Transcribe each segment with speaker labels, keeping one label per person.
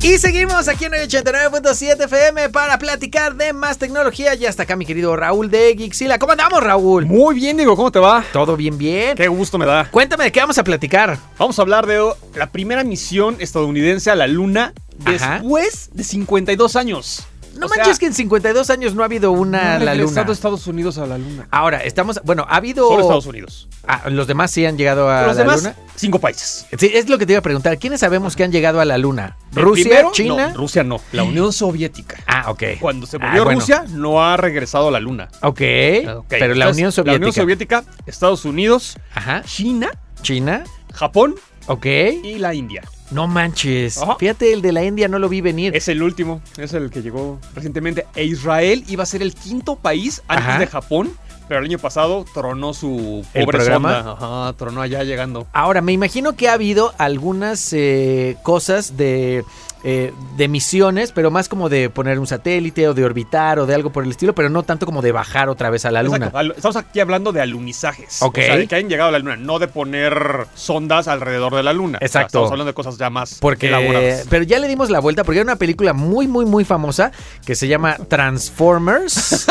Speaker 1: Y seguimos aquí en 89.7 FM para platicar de más tecnología. Ya está acá mi querido Raúl de Gixila. ¿Cómo andamos, Raúl?
Speaker 2: Muy bien, Diego, ¿cómo te va?
Speaker 1: Todo bien, bien.
Speaker 2: Qué gusto me da.
Speaker 1: Cuéntame de qué vamos a platicar.
Speaker 2: Vamos a hablar de la primera misión estadounidense a la Luna
Speaker 1: Ajá.
Speaker 2: después de 52 años.
Speaker 1: No
Speaker 2: O sea,
Speaker 1: manches que en 52 años no ha habido una a
Speaker 2: han
Speaker 1: la
Speaker 2: regresado
Speaker 1: luna.
Speaker 2: a Estados Unidos a la Luna.
Speaker 1: Ahora, estamos, bueno, ha habido
Speaker 2: Solo Estados Unidos.
Speaker 1: Ah, los demás sí han llegado a
Speaker 2: Los
Speaker 1: la
Speaker 2: demás,
Speaker 1: luna.
Speaker 2: cinco países.
Speaker 1: Sí, es lo que te iba a preguntar, ¿quiénes sabemos que han llegado a la luna?
Speaker 2: El
Speaker 1: ¿Rusia,
Speaker 2: Eh, primero,
Speaker 1: China?
Speaker 2: no, Rusia no, la Unión Soviética.
Speaker 1: Ah, ok.
Speaker 2: Cuando se
Speaker 1: Ah,
Speaker 2: volvió
Speaker 1: bueno.
Speaker 2: Rusia, no ha regresado a la Luna.
Speaker 1: Ok,
Speaker 2: Ok,
Speaker 1: pero la
Speaker 2: entonces,
Speaker 1: Unión Soviética.
Speaker 2: La Unión Soviética, Estados Unidos,
Speaker 1: Ajá.
Speaker 2: China,
Speaker 1: China.
Speaker 2: Japón
Speaker 1: Ok.
Speaker 2: y la India.
Speaker 1: No manches.
Speaker 2: Ajá.
Speaker 1: Fíjate, el de la India no lo vi venir.
Speaker 2: Es el último, es el que llegó recientemente. E Israel iba a ser el quinto país antes
Speaker 1: Ajá.
Speaker 2: de Japón, pero el año pasado tronó su
Speaker 1: ¿El
Speaker 2: pobre
Speaker 1: programa?
Speaker 2: sonda. Ajá, tronó allá llegando.
Speaker 1: Ahora, me imagino que ha habido algunas eh, cosas de, eh, de misiones, pero más como de poner un satélite o de orbitar o de algo por el estilo, pero no tanto como de bajar otra vez a la luna.
Speaker 2: Exacto, al- Estamos aquí hablando de alunizajes.
Speaker 1: Ok.
Speaker 2: O sea, de que hayan llegado a la luna, no de poner sondas alrededor de la luna. O sea,
Speaker 1: Exacto.
Speaker 2: estamos hablando de cosas ya más
Speaker 1: Porque,
Speaker 2: elaboradas.
Speaker 1: pero ya le dimos la vuelta porque hay una película muy, muy, muy famosa que se llama Transformers,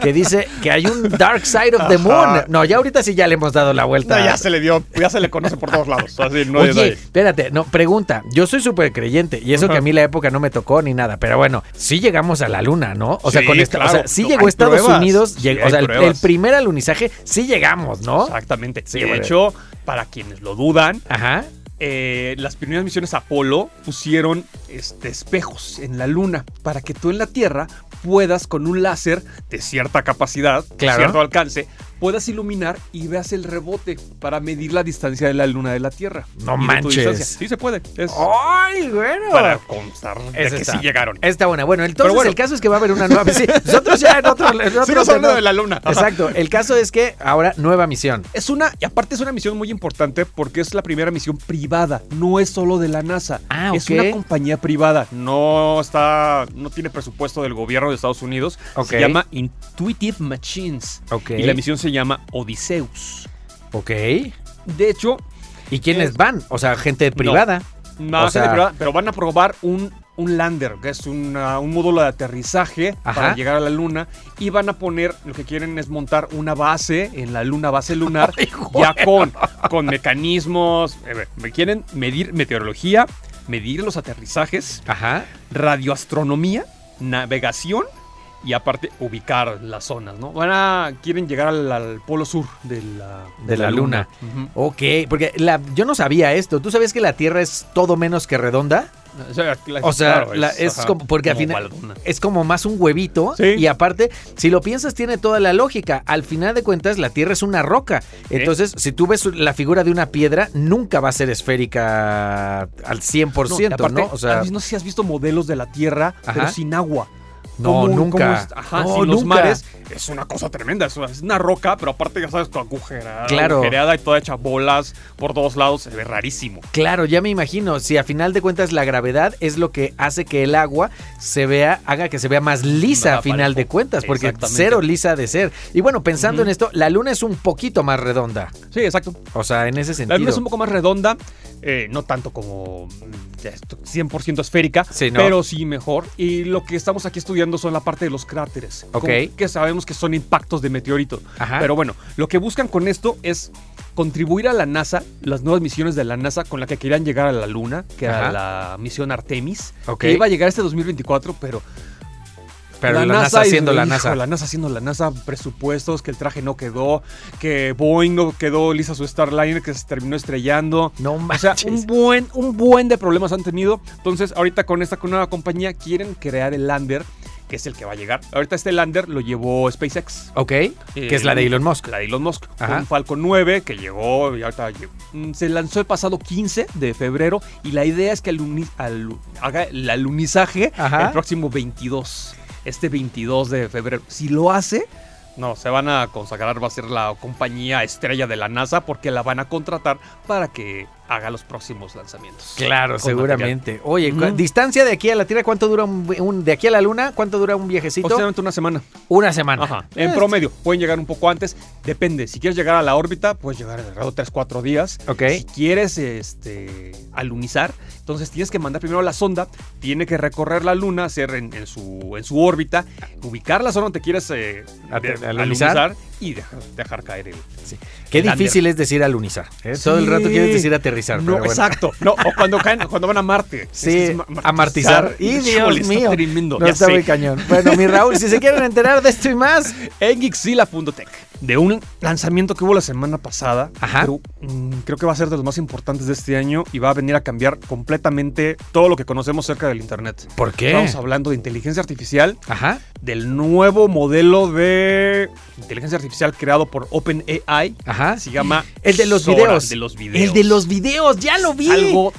Speaker 1: que dice que hay un Dark Side of the Moon.
Speaker 2: Ajá.
Speaker 1: No, ya ahorita sí ya le hemos dado la vuelta.
Speaker 2: No, ya se le dio, ya se le conoce por todos lados. Así, no hay
Speaker 1: Oye,
Speaker 2: detalle.
Speaker 1: espérate, no, pregunta. Yo soy súper creyente y eso
Speaker 2: Ajá.
Speaker 1: que a mí la época no me tocó ni nada, pero bueno, sí llegamos a la luna, ¿no? O sea,
Speaker 2: Sí,
Speaker 1: con esta, o
Speaker 2: claro.
Speaker 1: sea, sí
Speaker 2: No,
Speaker 1: llegó
Speaker 2: hay
Speaker 1: a Estados
Speaker 2: pruebas.
Speaker 1: Unidos,
Speaker 2: Sí,
Speaker 1: lleg- o
Speaker 2: hay
Speaker 1: sea, el,
Speaker 2: pruebas.
Speaker 1: el primer alunizaje sí llegamos, ¿no?
Speaker 2: Exactamente.
Speaker 1: Sí,
Speaker 2: de
Speaker 1: bueno.
Speaker 2: hecho, para quienes lo dudan,
Speaker 1: Ajá.
Speaker 2: eh, las primeras misiones Apolo pusieron este, espejos en la luna para que tú en la Tierra puedas con un láser de cierta capacidad,
Speaker 1: Claro.
Speaker 2: cierto alcance, puedas iluminar y veas el rebote para medir la distancia de la luna de la Tierra.
Speaker 1: No
Speaker 2: Y de tu
Speaker 1: manches.
Speaker 2: distancia. Sí se puede. Es
Speaker 1: ¡Ay, bueno!
Speaker 2: para constar de
Speaker 1: Eso
Speaker 2: que
Speaker 1: está.
Speaker 2: sí llegaron.
Speaker 1: Está buena. Bueno, entonces
Speaker 2: Pero bueno.
Speaker 1: el caso es que va a haber una nueva misión. Nosotros ya en otro. en otro
Speaker 2: Sí, nos hablando
Speaker 1: tenor.
Speaker 2: de la luna.
Speaker 1: Exacto. El caso es que ahora nueva misión.
Speaker 2: Es una, y aparte es una misión muy importante porque es la primera misión privada, no es solo de la NASA.
Speaker 1: Ah,
Speaker 2: Es
Speaker 1: ok.
Speaker 2: una compañía privada. No está, no tiene presupuesto del gobierno de Estados Unidos.
Speaker 1: Ok.
Speaker 2: Se llama Intuitive Machines.
Speaker 1: Ok.
Speaker 2: Y la misión se llama Odiseus.
Speaker 1: Ok.
Speaker 2: De hecho,
Speaker 1: ¿Y quiénes
Speaker 2: Es-
Speaker 1: van? O sea, gente privada.
Speaker 2: no,
Speaker 1: O sea-
Speaker 2: gente privada, pero van a probar un, un lander, que es una- un módulo de aterrizaje
Speaker 1: Ajá.
Speaker 2: para llegar a la luna. Y van a poner, lo que quieren es montar una base en la luna, base lunar,
Speaker 1: Ay, güey.
Speaker 2: ya con, con mecanismos. a ver, me quieren medir meteorología, medir los aterrizajes,
Speaker 1: Ajá.
Speaker 2: radioastronomía, navegación. Y aparte, ubicar las zonas, ¿no? Van a. Quieren llegar al, al polo sur de la,
Speaker 1: De la luna.
Speaker 2: Ujú.
Speaker 1: Ok. Porque la, yo no sabía esto. ¿Tú sabías que la Tierra es todo menos que redonda?
Speaker 2: O sea, la-
Speaker 1: O sea,
Speaker 2: claro,
Speaker 1: la- es
Speaker 2: ajá,
Speaker 1: como- porque al
Speaker 2: como
Speaker 1: final-
Speaker 2: balona.
Speaker 1: Es como más un huevito.
Speaker 2: Sí.
Speaker 1: Y aparte, si lo piensas, tiene toda la lógica. Al final de cuentas, la Tierra es una roca. Entonces, si tú ves la figura de una piedra, nunca va a ser esférica al 100%, ¿no?
Speaker 2: y aparte,
Speaker 1: O sea,
Speaker 2: no sé si has visto modelos de la Tierra,
Speaker 1: Ajá.
Speaker 2: pero sin agua.
Speaker 1: No,
Speaker 2: Como-
Speaker 1: nunca.
Speaker 2: como es- ajá,
Speaker 1: No,
Speaker 2: sin los
Speaker 1: nunca.
Speaker 2: mares. Es una cosa tremenda. Es una, es una roca, pero aparte, ya sabes, con agujerada,
Speaker 1: Claro.
Speaker 2: agujereada y toda hecha bolas por todos lados. Se ve rarísimo.
Speaker 1: Claro, ya me imagino. Si a final de cuentas la gravedad es lo que hace que el agua se vea, haga que se vea más lisa
Speaker 2: Nada
Speaker 1: a final de
Speaker 2: parejo.
Speaker 1: cuentas, porque
Speaker 2: Exactamente.
Speaker 1: cero lisa ha de ser. Y bueno, pensando
Speaker 2: Ujú.
Speaker 1: en esto, la luna es un poquito más redonda.
Speaker 2: Sí, exacto.
Speaker 1: O sea, en ese sentido.
Speaker 2: La luna es un poco más redonda, eh, no tanto como mm, ya esto- 100% esférica,
Speaker 1: Sí, ¿no?
Speaker 2: pero sí mejor. Y lo que estamos aquí estudiando son la parte de los cráteres,
Speaker 1: Ok.
Speaker 2: como que sabemos que son impactos de meteorito.
Speaker 1: Ajá.
Speaker 2: Pero bueno, lo que buscan con esto es contribuir a la NASA, las nuevas misiones de la NASA con la que querían llegar a la Luna, que
Speaker 1: Ajá.
Speaker 2: era la misión Artemis,
Speaker 1: Ok.
Speaker 2: que iba a llegar este 2024, pero
Speaker 1: Pero la, NASA,
Speaker 2: es-
Speaker 1: haciendo la
Speaker 2: hijo,
Speaker 1: NASA.
Speaker 2: La NASA haciendo la NASA, presupuestos, que el traje no quedó, que Boeing no quedó lisa su Starliner, que se terminó estrellando.
Speaker 1: No
Speaker 2: O
Speaker 1: manches.
Speaker 2: sea, un buen, un buen de problemas han tenido. Entonces, ahorita con esta nueva compañía quieren crear el lander, que es el que va a llegar. Ahorita este lander lo llevó SpaceX.
Speaker 1: Ok. que es la de Elon Musk.
Speaker 2: Eh, La de Elon Musk.
Speaker 1: Ajá.
Speaker 2: Un Falcon 9 que llegó y ahorita lle- mm, se lanzó el pasado 15 de febrero y la idea es que aluni- alu- haga el alunizaje
Speaker 1: Ajá.
Speaker 2: el próximo 22. este 22 de febrero. Si lo hace, no, se van a consagrar, va a ser la compañía estrella de la NASA porque la van a contratar para que haga los próximos lanzamientos.
Speaker 1: Claro,
Speaker 2: Con
Speaker 1: seguramente. Oye, ¿cu-
Speaker 2: Ujú.
Speaker 1: distancia de aquí a la Tierra, ¿cuánto dura un, un- de aquí a la Luna? ¿Cuánto dura un
Speaker 2: material.
Speaker 1: viejecito?
Speaker 2: Aproximadamente una semana.
Speaker 1: Una semana.
Speaker 2: Ajá. En
Speaker 1: Eh,
Speaker 2: promedio, pueden llegar un poco antes. Depende. Si quieres llegar a la órbita, puedes llegar alrededor de 3-4 días.
Speaker 1: Ok.
Speaker 2: Si quieres este, alunizar, entonces tienes que mandar primero la sonda, tiene que recorrer la luna, hacer en, en su, en su órbita, ubicar la zona donde quieres eh,
Speaker 1: A-
Speaker 2: de-
Speaker 1: alunizar.
Speaker 2: alunizar y dejar, dejar caer el.
Speaker 1: Qué
Speaker 2: el
Speaker 1: difícil es decir alunizar. ¿eh? Todo el
Speaker 2: Sí.
Speaker 1: rato quieres decir aterrizar.
Speaker 2: No,
Speaker 1: pero bueno.
Speaker 2: exacto. No, o cuando caen, cuando van a Marte.
Speaker 1: Sí,
Speaker 2: Es que es ma-
Speaker 1: amartizar. Y
Speaker 2: Híjole,
Speaker 1: Dios
Speaker 2: está
Speaker 1: mío.
Speaker 2: Tremendo.
Speaker 1: No
Speaker 2: ya
Speaker 1: está
Speaker 2: sé.
Speaker 1: muy cañón. Bueno, mi Raúl, si se quieren enterar de esto y más,
Speaker 2: en Gixila.tech de un lanzamiento que hubo la semana pasada.
Speaker 1: Ajá.
Speaker 2: Pero mm, creo que va a ser de los más importantes de este año y va a venir a cambiar completamente todo lo que conocemos cerca del Internet.
Speaker 1: ¿por qué?
Speaker 2: Estamos hablando de inteligencia artificial,
Speaker 1: Ajá.
Speaker 2: del nuevo modelo de inteligencia artificial creado por OpenAI.
Speaker 1: Ajá.
Speaker 2: Se llama
Speaker 1: El de los
Speaker 2: Sora,
Speaker 1: videos.
Speaker 2: de los videos.
Speaker 1: El de los videos, ya lo vi.
Speaker 2: Algo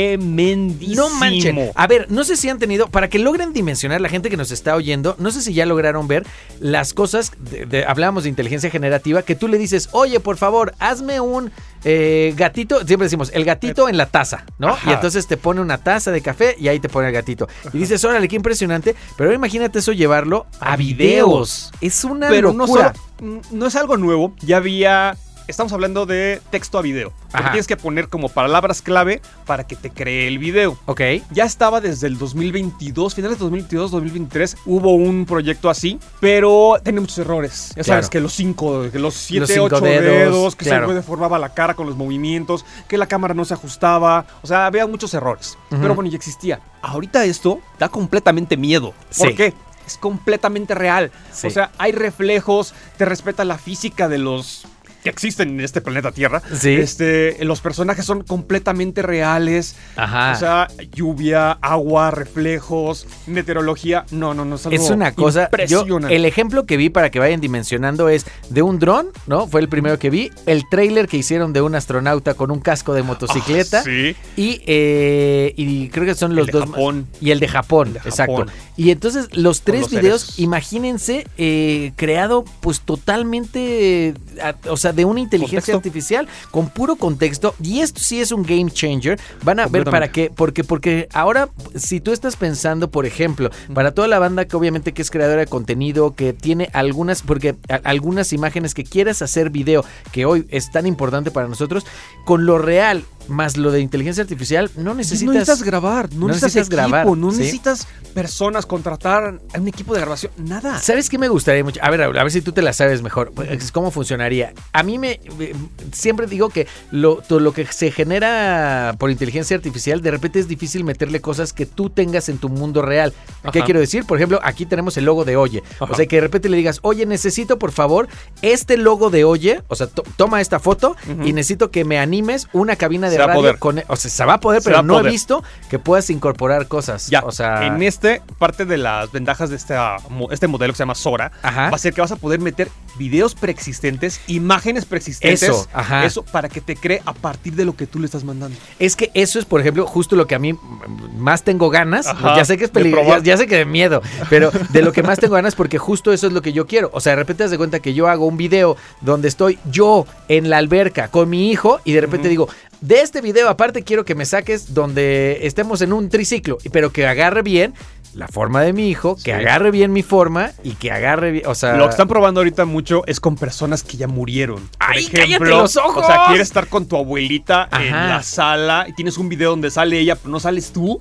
Speaker 2: tremendísimo.
Speaker 1: No manchen. A ver, no sé si han tenido, para que logren dimensionar la gente que nos está oyendo, no sé si ya lograron ver las cosas, de, de- hablábamos de inteligencia generativa, que tú le dices, oye, por favor, hazme un eh, gatito, siempre decimos, el gatito en la taza, ¿no?
Speaker 2: Ajá.
Speaker 1: Y entonces te pone una taza de café y ahí te pone el gatito. Y dices, órale, qué impresionante, pero ahora imagínate eso llevarlo a,
Speaker 2: A
Speaker 1: videos. Es una
Speaker 2: Pero no,
Speaker 1: locura.
Speaker 2: solo- mm, no es algo nuevo. Ya había. Estamos hablando de texto a video. porque
Speaker 1: Ajá.
Speaker 2: tienes que poner como palabras clave para que te cree el video.
Speaker 1: Ok,
Speaker 2: Ya estaba desde el 2022, finales de 2022, 2023, hubo un proyecto así, pero tenía muchos errores. Ya
Speaker 1: Claro.
Speaker 2: sabes que los cinco, que los siete,
Speaker 1: Los cinco
Speaker 2: ocho
Speaker 1: dedos,
Speaker 2: dedos, que
Speaker 1: claro.
Speaker 2: se deformaba la cara con los movimientos, que la cámara no se ajustaba, o sea, había muchos errores.
Speaker 1: Ujú.
Speaker 2: Pero bueno, ya existía. Ahorita esto da completamente miedo. ¿Por
Speaker 1: Sí.
Speaker 2: qué? Es completamente real.
Speaker 1: Sí.
Speaker 2: O sea, hay reflejos, te respeta la física de los que existen en este planeta Tierra.
Speaker 1: Sí.
Speaker 2: Este, los personajes son completamente reales.
Speaker 1: ajá.
Speaker 2: O sea, lluvia, agua, reflejos, meteorología. No, no, no es algo
Speaker 1: Es una cosa. Yo,
Speaker 2: impresionante.
Speaker 1: el ejemplo que vi para que vayan dimensionando es de un dron, ¿no? Fue el primero que vi. El trailer que hicieron de un astronauta con un casco de motocicleta.
Speaker 2: Ah, sí.
Speaker 1: y, eh, y creo que son los
Speaker 2: El de
Speaker 1: dos. más-
Speaker 2: Japón.
Speaker 1: Y el de Japón,
Speaker 2: El de
Speaker 1: exacto.
Speaker 2: Japón.
Speaker 1: Y entonces los tres
Speaker 2: los
Speaker 1: videos,
Speaker 2: cerezos.
Speaker 1: imagínense, eh, creado pues totalmente, eh, a- o sea, de una inteligencia
Speaker 2: Contexto.
Speaker 1: artificial con puro contexto. Y esto sí es un game changer. Van a ver
Speaker 2: Completamente.
Speaker 1: para qué, porque porque ahora si tú estás pensando, por ejemplo, para toda la banda que obviamente que es creadora de contenido, que tiene algunas, porque a- algunas imágenes que quieras hacer video, que hoy es tan importante para nosotros, con lo real más lo de inteligencia artificial, no
Speaker 2: No
Speaker 1: necesitas...
Speaker 2: necesitas grabar, no,
Speaker 1: no
Speaker 2: necesitas,
Speaker 1: necesitas grabar,
Speaker 2: grabar, no
Speaker 1: sí.
Speaker 2: necesitas personas, contratar a un equipo de grabación, nada.
Speaker 1: ¿Sabes qué me gustaría mucho? A ver, Raúl, a ver si tú te la sabes mejor. Pues, ¿Cómo funcionaría? A mí me. me- Siempre digo que lo, todo lo que se genera por inteligencia artificial, de repente es difícil meterle cosas que tú tengas en tu mundo real. ¿Qué
Speaker 2: Ajá.
Speaker 1: quiero decir? Por ejemplo, aquí tenemos el logo de Oye. O
Speaker 2: Ajá.
Speaker 1: sea, que de repente le digas, Oye, necesito por favor este logo de Oye. O sea, to- toma esta foto
Speaker 2: Ujú.
Speaker 1: y necesito que me animes una cabina de
Speaker 2: Se va a
Speaker 1: radio.
Speaker 2: poder.
Speaker 1: Con, e, o sea, se va a poder,
Speaker 2: Se
Speaker 1: pero
Speaker 2: va a
Speaker 1: no he
Speaker 2: poder.
Speaker 1: visto que puedas incorporar cosas.
Speaker 2: Ya,
Speaker 1: O sea.
Speaker 2: en este, parte de las ventajas de esta mo- este modelo que se llama Sora
Speaker 1: Ajá.
Speaker 2: va a ser que vas a poder meter videos preexistentes, imágenes preexistentes.
Speaker 1: Eso, ajá.
Speaker 2: Eso para que te cree a partir de lo que tú le estás mandando.
Speaker 1: Es que eso es, por ejemplo, justo lo que a mí mm, más tengo ganas.
Speaker 2: Ajá,
Speaker 1: ya sé que es
Speaker 2: de
Speaker 1: peligroso, ya,
Speaker 2: probar.
Speaker 1: ya sé que de miedo, pero de lo que más tengo ganas porque justo eso es lo que yo quiero. O sea, de repente te das cuenta que yo hago un video donde estoy yo en la alberca con mi hijo y de repente
Speaker 2: Ujú.
Speaker 1: digo, de este video aparte quiero que me saques donde estemos en un triciclo, pero que agarre bien la forma de mi hijo,
Speaker 2: Sí.
Speaker 1: que agarre bien mi forma y que agarre bien, o sea...
Speaker 2: Lo que están probando ahorita mucho es con personas que ya murieron. Por
Speaker 1: ¡Ay, cállate los ojos!
Speaker 2: O sea, quieres estar con tu abuelita en
Speaker 1: Ajá.
Speaker 2: la sala y tienes un video donde sale ella, pero no sales tú.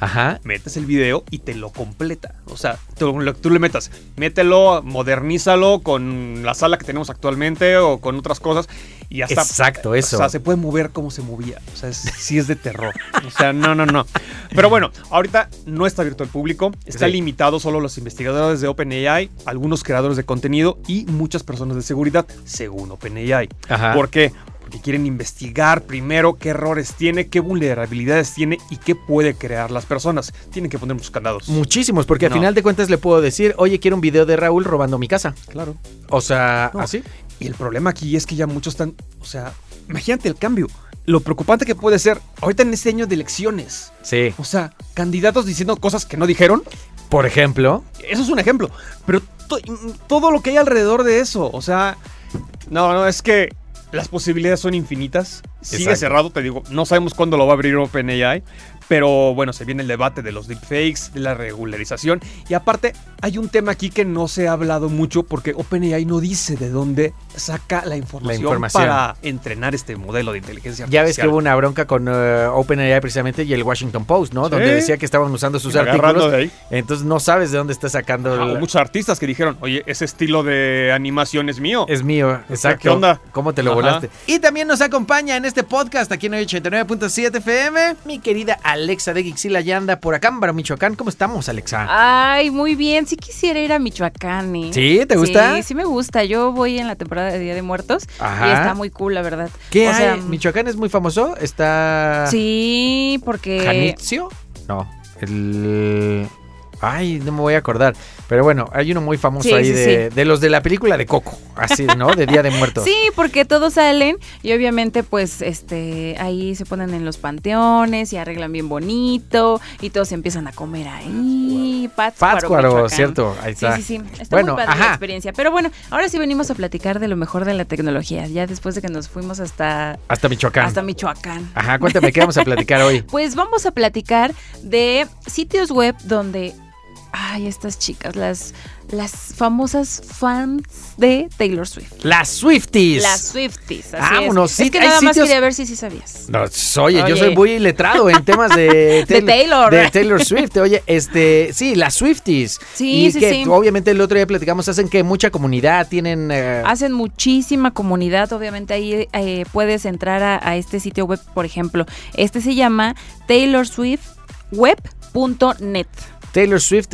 Speaker 1: Ajá.
Speaker 2: Metes el video y te lo completa. O sea, tú, lo- tú le metas, mételo, modernízalo con la sala que tenemos actualmente o con otras cosas y ya está.
Speaker 1: Exacto, eso.
Speaker 2: O sea, se puede mover como se movía. O sea, es- sí es de terror. O sea, no, no, no. Pero bueno, ahorita no está abierto al público. Está
Speaker 1: Sí.
Speaker 2: limitado solo a los investigadores de OpenAI, algunos creadores de contenido y muchas personas de seguridad, según OpenAI.
Speaker 1: Ajá.
Speaker 2: ¿Por qué? Porque quieren investigar primero qué errores tiene, qué vulnerabilidades tiene y qué puede crear las personas. Tienen que poner muchos candados.
Speaker 1: Muchísimos, porque al
Speaker 2: No.
Speaker 1: final de cuentas le puedo decir, oye, quiero un video de Raúl robando mi casa.
Speaker 2: claro.
Speaker 1: O sea,
Speaker 2: No.
Speaker 1: así.
Speaker 2: Y el problema aquí es que ya muchos están, o sea, imagínate el cambio. Lo preocupante que puede ser ahorita en este año de elecciones.
Speaker 1: Sí.
Speaker 2: O sea, candidatos diciendo cosas que no dijeron.
Speaker 1: Por ejemplo,
Speaker 2: Eso es un ejemplo. Pero to- todo lo que hay alrededor de eso, o sea, no, no, es que las posibilidades son infinitas. Sigue
Speaker 1: Exacto.
Speaker 2: cerrado, te digo, no sabemos cuándo lo va a abrir OpenAI. Pero bueno, se viene el debate de los deepfakes, de la regularización. Y aparte, hay un tema aquí que no se ha hablado mucho porque OpenAI no dice de dónde saca la información,
Speaker 1: información.
Speaker 2: para entrenar este modelo de inteligencia
Speaker 1: ya
Speaker 2: artificial.
Speaker 1: ves que hubo una bronca con eh, OpenAI precisamente y el Washington Post, ¿no?
Speaker 2: Sí.
Speaker 1: Donde decía que estaban usando sus
Speaker 2: Agarrando
Speaker 1: artículos.
Speaker 2: de ahí.
Speaker 1: Entonces no sabes de dónde está sacando.
Speaker 2: Ah,
Speaker 1: el-
Speaker 2: hubo muchos artistas que dijeron, oye, ese estilo de animación es mío.
Speaker 1: Es mío, exacto.
Speaker 2: ¿qué onda?
Speaker 1: ¿Cómo te lo
Speaker 2: Ajá.
Speaker 1: volaste? Y también nos acompaña en este podcast aquí en 89.7 FM, mi querida Alexa de Gixila Yanda por Acámbaro, Michoacán. ¿Cómo estamos, Alexa?
Speaker 3: Ay, muy bien. Sí quisiera ir a Michoacán. ¿eh?
Speaker 1: ¿Sí? ¿Te gusta?
Speaker 3: Sí, sí me gusta. Yo voy en la temporada de Día de Muertos
Speaker 1: Ajá.
Speaker 3: y está muy cool, la verdad.
Speaker 1: ¿Qué
Speaker 3: O
Speaker 1: hay?
Speaker 3: sea,
Speaker 1: ¿Michoacán es muy famoso? ¿Está
Speaker 3: Sí, porque
Speaker 1: Janitzio? No, el... Ay, no me voy a acordar. Pero bueno, hay uno muy famoso
Speaker 3: Sí,
Speaker 1: ahí
Speaker 3: sí,
Speaker 1: de, de los de la película de Coco, así, ¿no? De Día de Muertos.
Speaker 3: Sí, porque todos salen y obviamente pues este ahí se ponen en los panteones y arreglan bien bonito y todos empiezan a comer ahí. Pátzcuaro,
Speaker 1: Pátzcuaro,
Speaker 3: Michoacán.
Speaker 1: ¿cierto? Ahí
Speaker 3: Sí,
Speaker 1: está.
Speaker 3: sí, sí. Está
Speaker 1: Bueno,
Speaker 3: muy padre
Speaker 1: ajá.
Speaker 3: la experiencia. Pero bueno, ahora sí venimos a platicar de lo mejor de la tecnología, ya después de que nos fuimos hasta,
Speaker 1: Hasta Michoacán.
Speaker 3: hasta Michoacán.
Speaker 1: Ajá, cuéntame, ¿qué vamos a platicar hoy?
Speaker 3: Pues vamos a platicar de sitios web donde. Ay, estas chicas, las, las famosas fans de Taylor Swift.
Speaker 1: Las Swifties.
Speaker 3: Las Swifties. Así
Speaker 1: Vámonos,
Speaker 3: es.
Speaker 1: sí,
Speaker 3: es que
Speaker 1: hay
Speaker 3: nada más
Speaker 1: sitios-
Speaker 3: quería ver si sí sabías.
Speaker 1: No, oye, yo
Speaker 3: Oye.
Speaker 1: soy muy letrado en temas de
Speaker 3: De Taylor.
Speaker 1: de Taylor Swift. Oye, este, sí, las Swifties.
Speaker 3: Sí,
Speaker 1: y
Speaker 3: sí,
Speaker 1: que
Speaker 3: sí.
Speaker 1: obviamente el otro día platicamos, hacen que mucha comunidad tienen eh,
Speaker 3: Hacen muchísima comunidad, obviamente ahí eh, puedes entrar a, a este sitio web, por ejemplo. Este se llama taylorswiftweb.net.
Speaker 1: Taylor Swift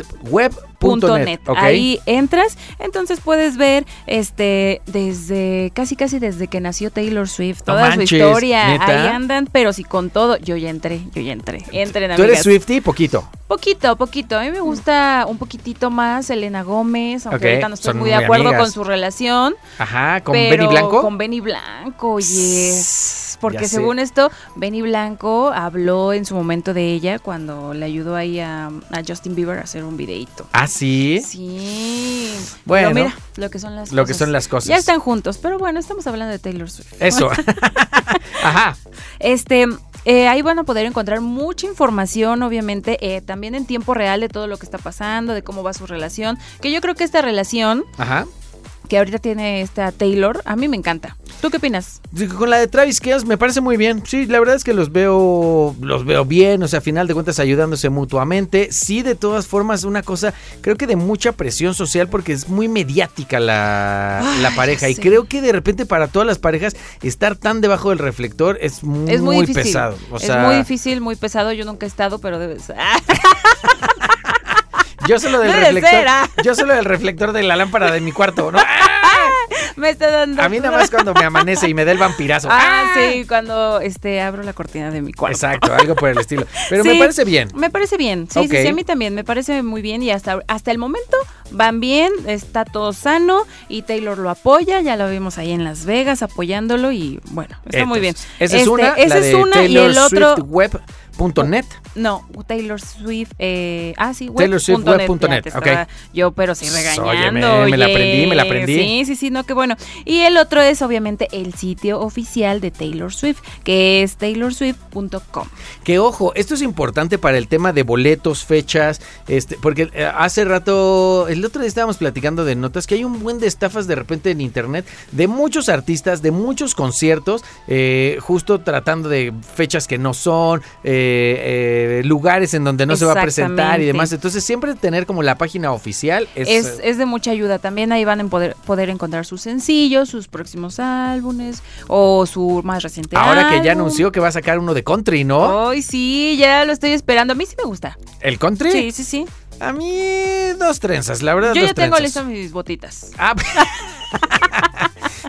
Speaker 3: punto
Speaker 1: web.net.
Speaker 3: net. Ahí entras, entonces puedes ver este desde casi casi desde que nació Taylor Swift,
Speaker 1: No
Speaker 3: toda
Speaker 1: manches,
Speaker 3: su historia,
Speaker 1: ¿neta?
Speaker 3: ahí andan, pero sí con todo, yo ya entré, yo ya entré. Entren
Speaker 1: Tú eres
Speaker 3: amigas.
Speaker 1: Swiftie, poquito.
Speaker 3: Poquito, poquito. A mí me gusta un poquitito más Elena Gómez, aunque
Speaker 1: Ok,
Speaker 3: ahorita no estoy
Speaker 1: son
Speaker 3: muy de
Speaker 1: muy
Speaker 3: acuerdo
Speaker 1: amigas.
Speaker 3: con su relación.
Speaker 1: Ajá, con
Speaker 3: pero
Speaker 1: Benny Blanco.
Speaker 3: Con Benny Blanco, yes.
Speaker 1: ya
Speaker 3: Porque
Speaker 1: sé.
Speaker 3: según esto, Benny Blanco habló en su momento de ella cuando le ayudó ahí a, a Justin Bieber a hacer un videíto.
Speaker 1: Ah, sí.
Speaker 3: Sí.
Speaker 1: Bueno.
Speaker 3: Bueno, mira lo que son las
Speaker 1: Lo
Speaker 3: cosas.
Speaker 1: que son las cosas.
Speaker 3: Ya están juntos, pero bueno, estamos hablando de Taylor Swift.
Speaker 1: Eso. Ajá.
Speaker 3: Este, eh, ahí van a poder encontrar mucha información, obviamente, eh, también en tiempo real de todo lo que está pasando, de cómo va su relación. Que yo creo que esta relación
Speaker 1: Ajá.
Speaker 3: que ahorita tiene esta Taylor, a mí me encanta. ¿Tú qué opinas?
Speaker 1: Con la de Travis Kelce me parece muy bien. Sí, la verdad es que los veo, los veo bien. O sea, a final de cuentas ayudándose mutuamente. Sí, de todas formas, una cosa, creo que de mucha presión social porque es muy mediática la,
Speaker 3: Ay,
Speaker 1: la pareja. Y
Speaker 3: sí.
Speaker 1: creo que de repente para todas las parejas estar tan debajo del reflector es muy,
Speaker 3: Es muy, difícil.
Speaker 1: pesado. O sea,
Speaker 3: es muy difícil, muy pesado. Yo nunca he estado, pero debes. ah,
Speaker 1: yo solo del
Speaker 3: Debe
Speaker 1: reflector,
Speaker 3: ser, ah.
Speaker 1: yo solo del reflector de la lámpara de mi cuarto. ¿no? Ah,
Speaker 3: me está dando.
Speaker 1: A mí nada más cuando me amanece y me da el vampirazo.
Speaker 3: Ah, sí, cuando este abro la cortina de mi cuarto.
Speaker 1: Exacto, algo por el estilo. Pero me
Speaker 3: Sí.
Speaker 1: parece bien.
Speaker 3: Me parece bien, sí, sí,
Speaker 1: Ok.
Speaker 3: sí, a mí también, me parece muy bien y hasta, hasta el momento van bien, está todo sano y Taylor lo apoya, ya lo vimos ahí en Las Vegas apoyándolo y bueno, está muy bien.
Speaker 1: Entonces, Esa es
Speaker 3: Este,
Speaker 1: una,
Speaker 3: esa
Speaker 1: la
Speaker 3: es
Speaker 1: de
Speaker 3: una y el otro-
Speaker 1: TaylorSwiftWeb.net.
Speaker 3: No, Taylor Swift, eh, ah sí,
Speaker 1: TaylorSwiftweb.net,
Speaker 3: web punto net, ya te
Speaker 1: ok.
Speaker 3: estaba Yo pero sí
Speaker 1: Óyeme,
Speaker 3: regañando.
Speaker 1: me la aprendí, me la
Speaker 3: oye.
Speaker 1: aprendí.
Speaker 3: Sí, sí, sí, no, qué bueno. Y el otro es obviamente el sitio oficial de Taylor Swift, que es taylorswift.com.
Speaker 1: Que ojo, esto es importante para el tema de boletos, fechas, este, porque eh, hace rato, el otro día estábamos platicando de notas que hay un buen de estafas de repente en internet de muchos artistas, de muchos conciertos, eh, justo tratando de fechas que no son, eh, eh, lugares en donde no se va a presentar y
Speaker 3: Exactamente.
Speaker 1: demás. Entonces siempre tener como la página oficial es, eh,
Speaker 3: es, es de mucha ayuda. También ahí van a poder, poder encontrar sus sencillos, sus próximos álbumes o su más reciente
Speaker 1: Ahora que ya
Speaker 3: álbum.
Speaker 1: anunció que va a sacar uno de country, ¿no?
Speaker 3: Ay, sí, ya lo estoy esperando. A mí sí me gusta.
Speaker 1: ¿El country?
Speaker 3: Sí, sí, sí.
Speaker 1: A mí dos trenzas, la verdad.
Speaker 3: Yo
Speaker 1: dos
Speaker 3: ya tengo
Speaker 1: trenzas.
Speaker 3: listas mis botitas.
Speaker 1: Ah,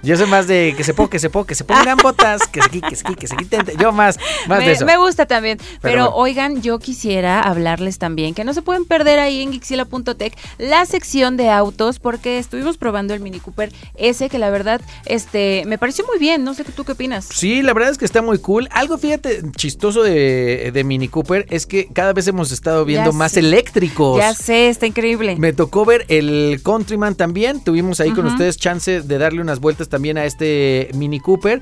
Speaker 1: Yo soy más de que se ponga, que se ponga, que se pongan botas, que se quiten, que se quiten, que se quiten. Yo más, más
Speaker 3: me,
Speaker 1: de eso.
Speaker 3: me gusta también. Pero,
Speaker 1: bueno.
Speaker 3: oigan, yo quisiera hablarles también que no se pueden perder ahí en Gixila.tech la sección de autos porque estuvimos probando el Mini Cooper S que la verdad este me pareció muy bien. No sé tú qué opinas.
Speaker 1: Sí, la verdad es que está muy cool. Algo, fíjate, chistoso de, de Mini Cooper es que cada vez hemos estado viendo
Speaker 3: Ya
Speaker 1: más
Speaker 3: sé.
Speaker 1: eléctricos.
Speaker 3: Ya sé, está increíble.
Speaker 1: Me tocó ver el Countryman también. Tuvimos ahí con ustedes chance de darle unas vueltas también a este Mini Cooper.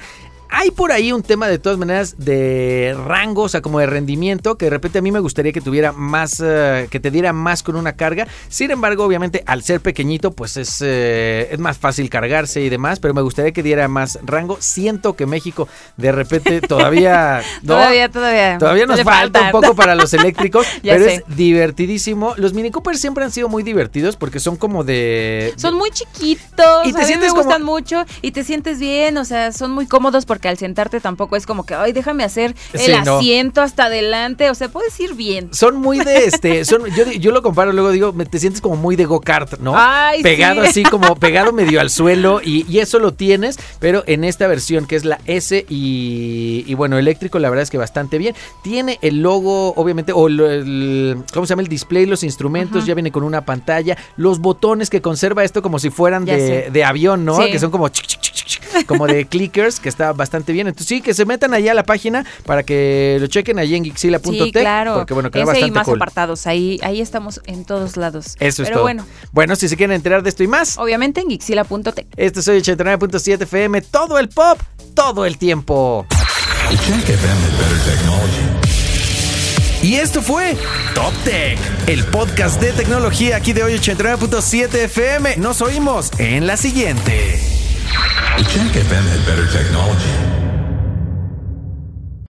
Speaker 1: Hay por ahí un tema de todas maneras de rango, o sea, como de rendimiento, que de repente a mí me gustaría que tuviera más, eh, que te diera más con una carga. Sin embargo, obviamente, al ser pequeñito, pues es, eh, es más fácil cargarse y demás, pero me gustaría que diera más rango. Siento que México de repente todavía... ¿no?
Speaker 3: Todavía, todavía.
Speaker 1: Todavía nos
Speaker 3: le
Speaker 1: falta un poco para los eléctricos,
Speaker 3: Ya
Speaker 1: pero
Speaker 3: sé.
Speaker 1: es divertidísimo. Los Mini Cooper siempre han sido muy divertidos porque son como de...
Speaker 3: Son muy chiquitos,
Speaker 1: Y te
Speaker 3: a mí me
Speaker 1: sientes como-
Speaker 3: gustan mucho y te sientes bien, o sea, son muy cómodos porque al sentarte tampoco es como que, ay, déjame hacer el
Speaker 1: Sí, no.
Speaker 3: asiento hasta adelante, o sea, puedes ir bien.
Speaker 1: son muy de este, son, yo, di- yo lo comparo, luego digo, me- te sientes como muy de go-kart, ¿no?
Speaker 3: Ay,
Speaker 1: pegado
Speaker 3: sí.
Speaker 1: así, como pegado medio al suelo, y, y eso lo tienes, pero en esta versión que es la S y, y bueno, eléctrico, la verdad es que bastante bien. Tiene el logo, obviamente, o lo- el- ¿cómo se llama? El display, los instrumentos,
Speaker 3: Ajá.
Speaker 1: ya viene con una pantalla, los botones que conserva esto como si fueran
Speaker 3: Ya
Speaker 1: de,
Speaker 3: sé.
Speaker 1: de avión, ¿no?
Speaker 3: Sí.
Speaker 1: Que son como chic, chic, chic, chic, chic, como de clickers, que está bastante bien. Entonces, sí, que se metan allá a la página para que lo chequen allí en Gixila.tech.
Speaker 3: Sí, claro.
Speaker 1: Porque bueno, queda
Speaker 3: Ese y
Speaker 1: bastante
Speaker 3: más
Speaker 1: cool.
Speaker 3: apartados, ahí, ahí estamos en todos lados.
Speaker 1: Eso es
Speaker 3: Pero
Speaker 1: todo.
Speaker 3: bueno,
Speaker 1: Bueno, si se quieren enterar de esto y más,
Speaker 3: obviamente en gixila.tech.
Speaker 1: este soy 89.7 FM, todo el pop, todo el tiempo.
Speaker 4: Jack FM is better technology.
Speaker 1: Y esto fue Top Tech, el podcast de tecnología aquí de hoy 89.7 FM. Nos oímos en la siguiente.
Speaker 4: Jack FM had better technology.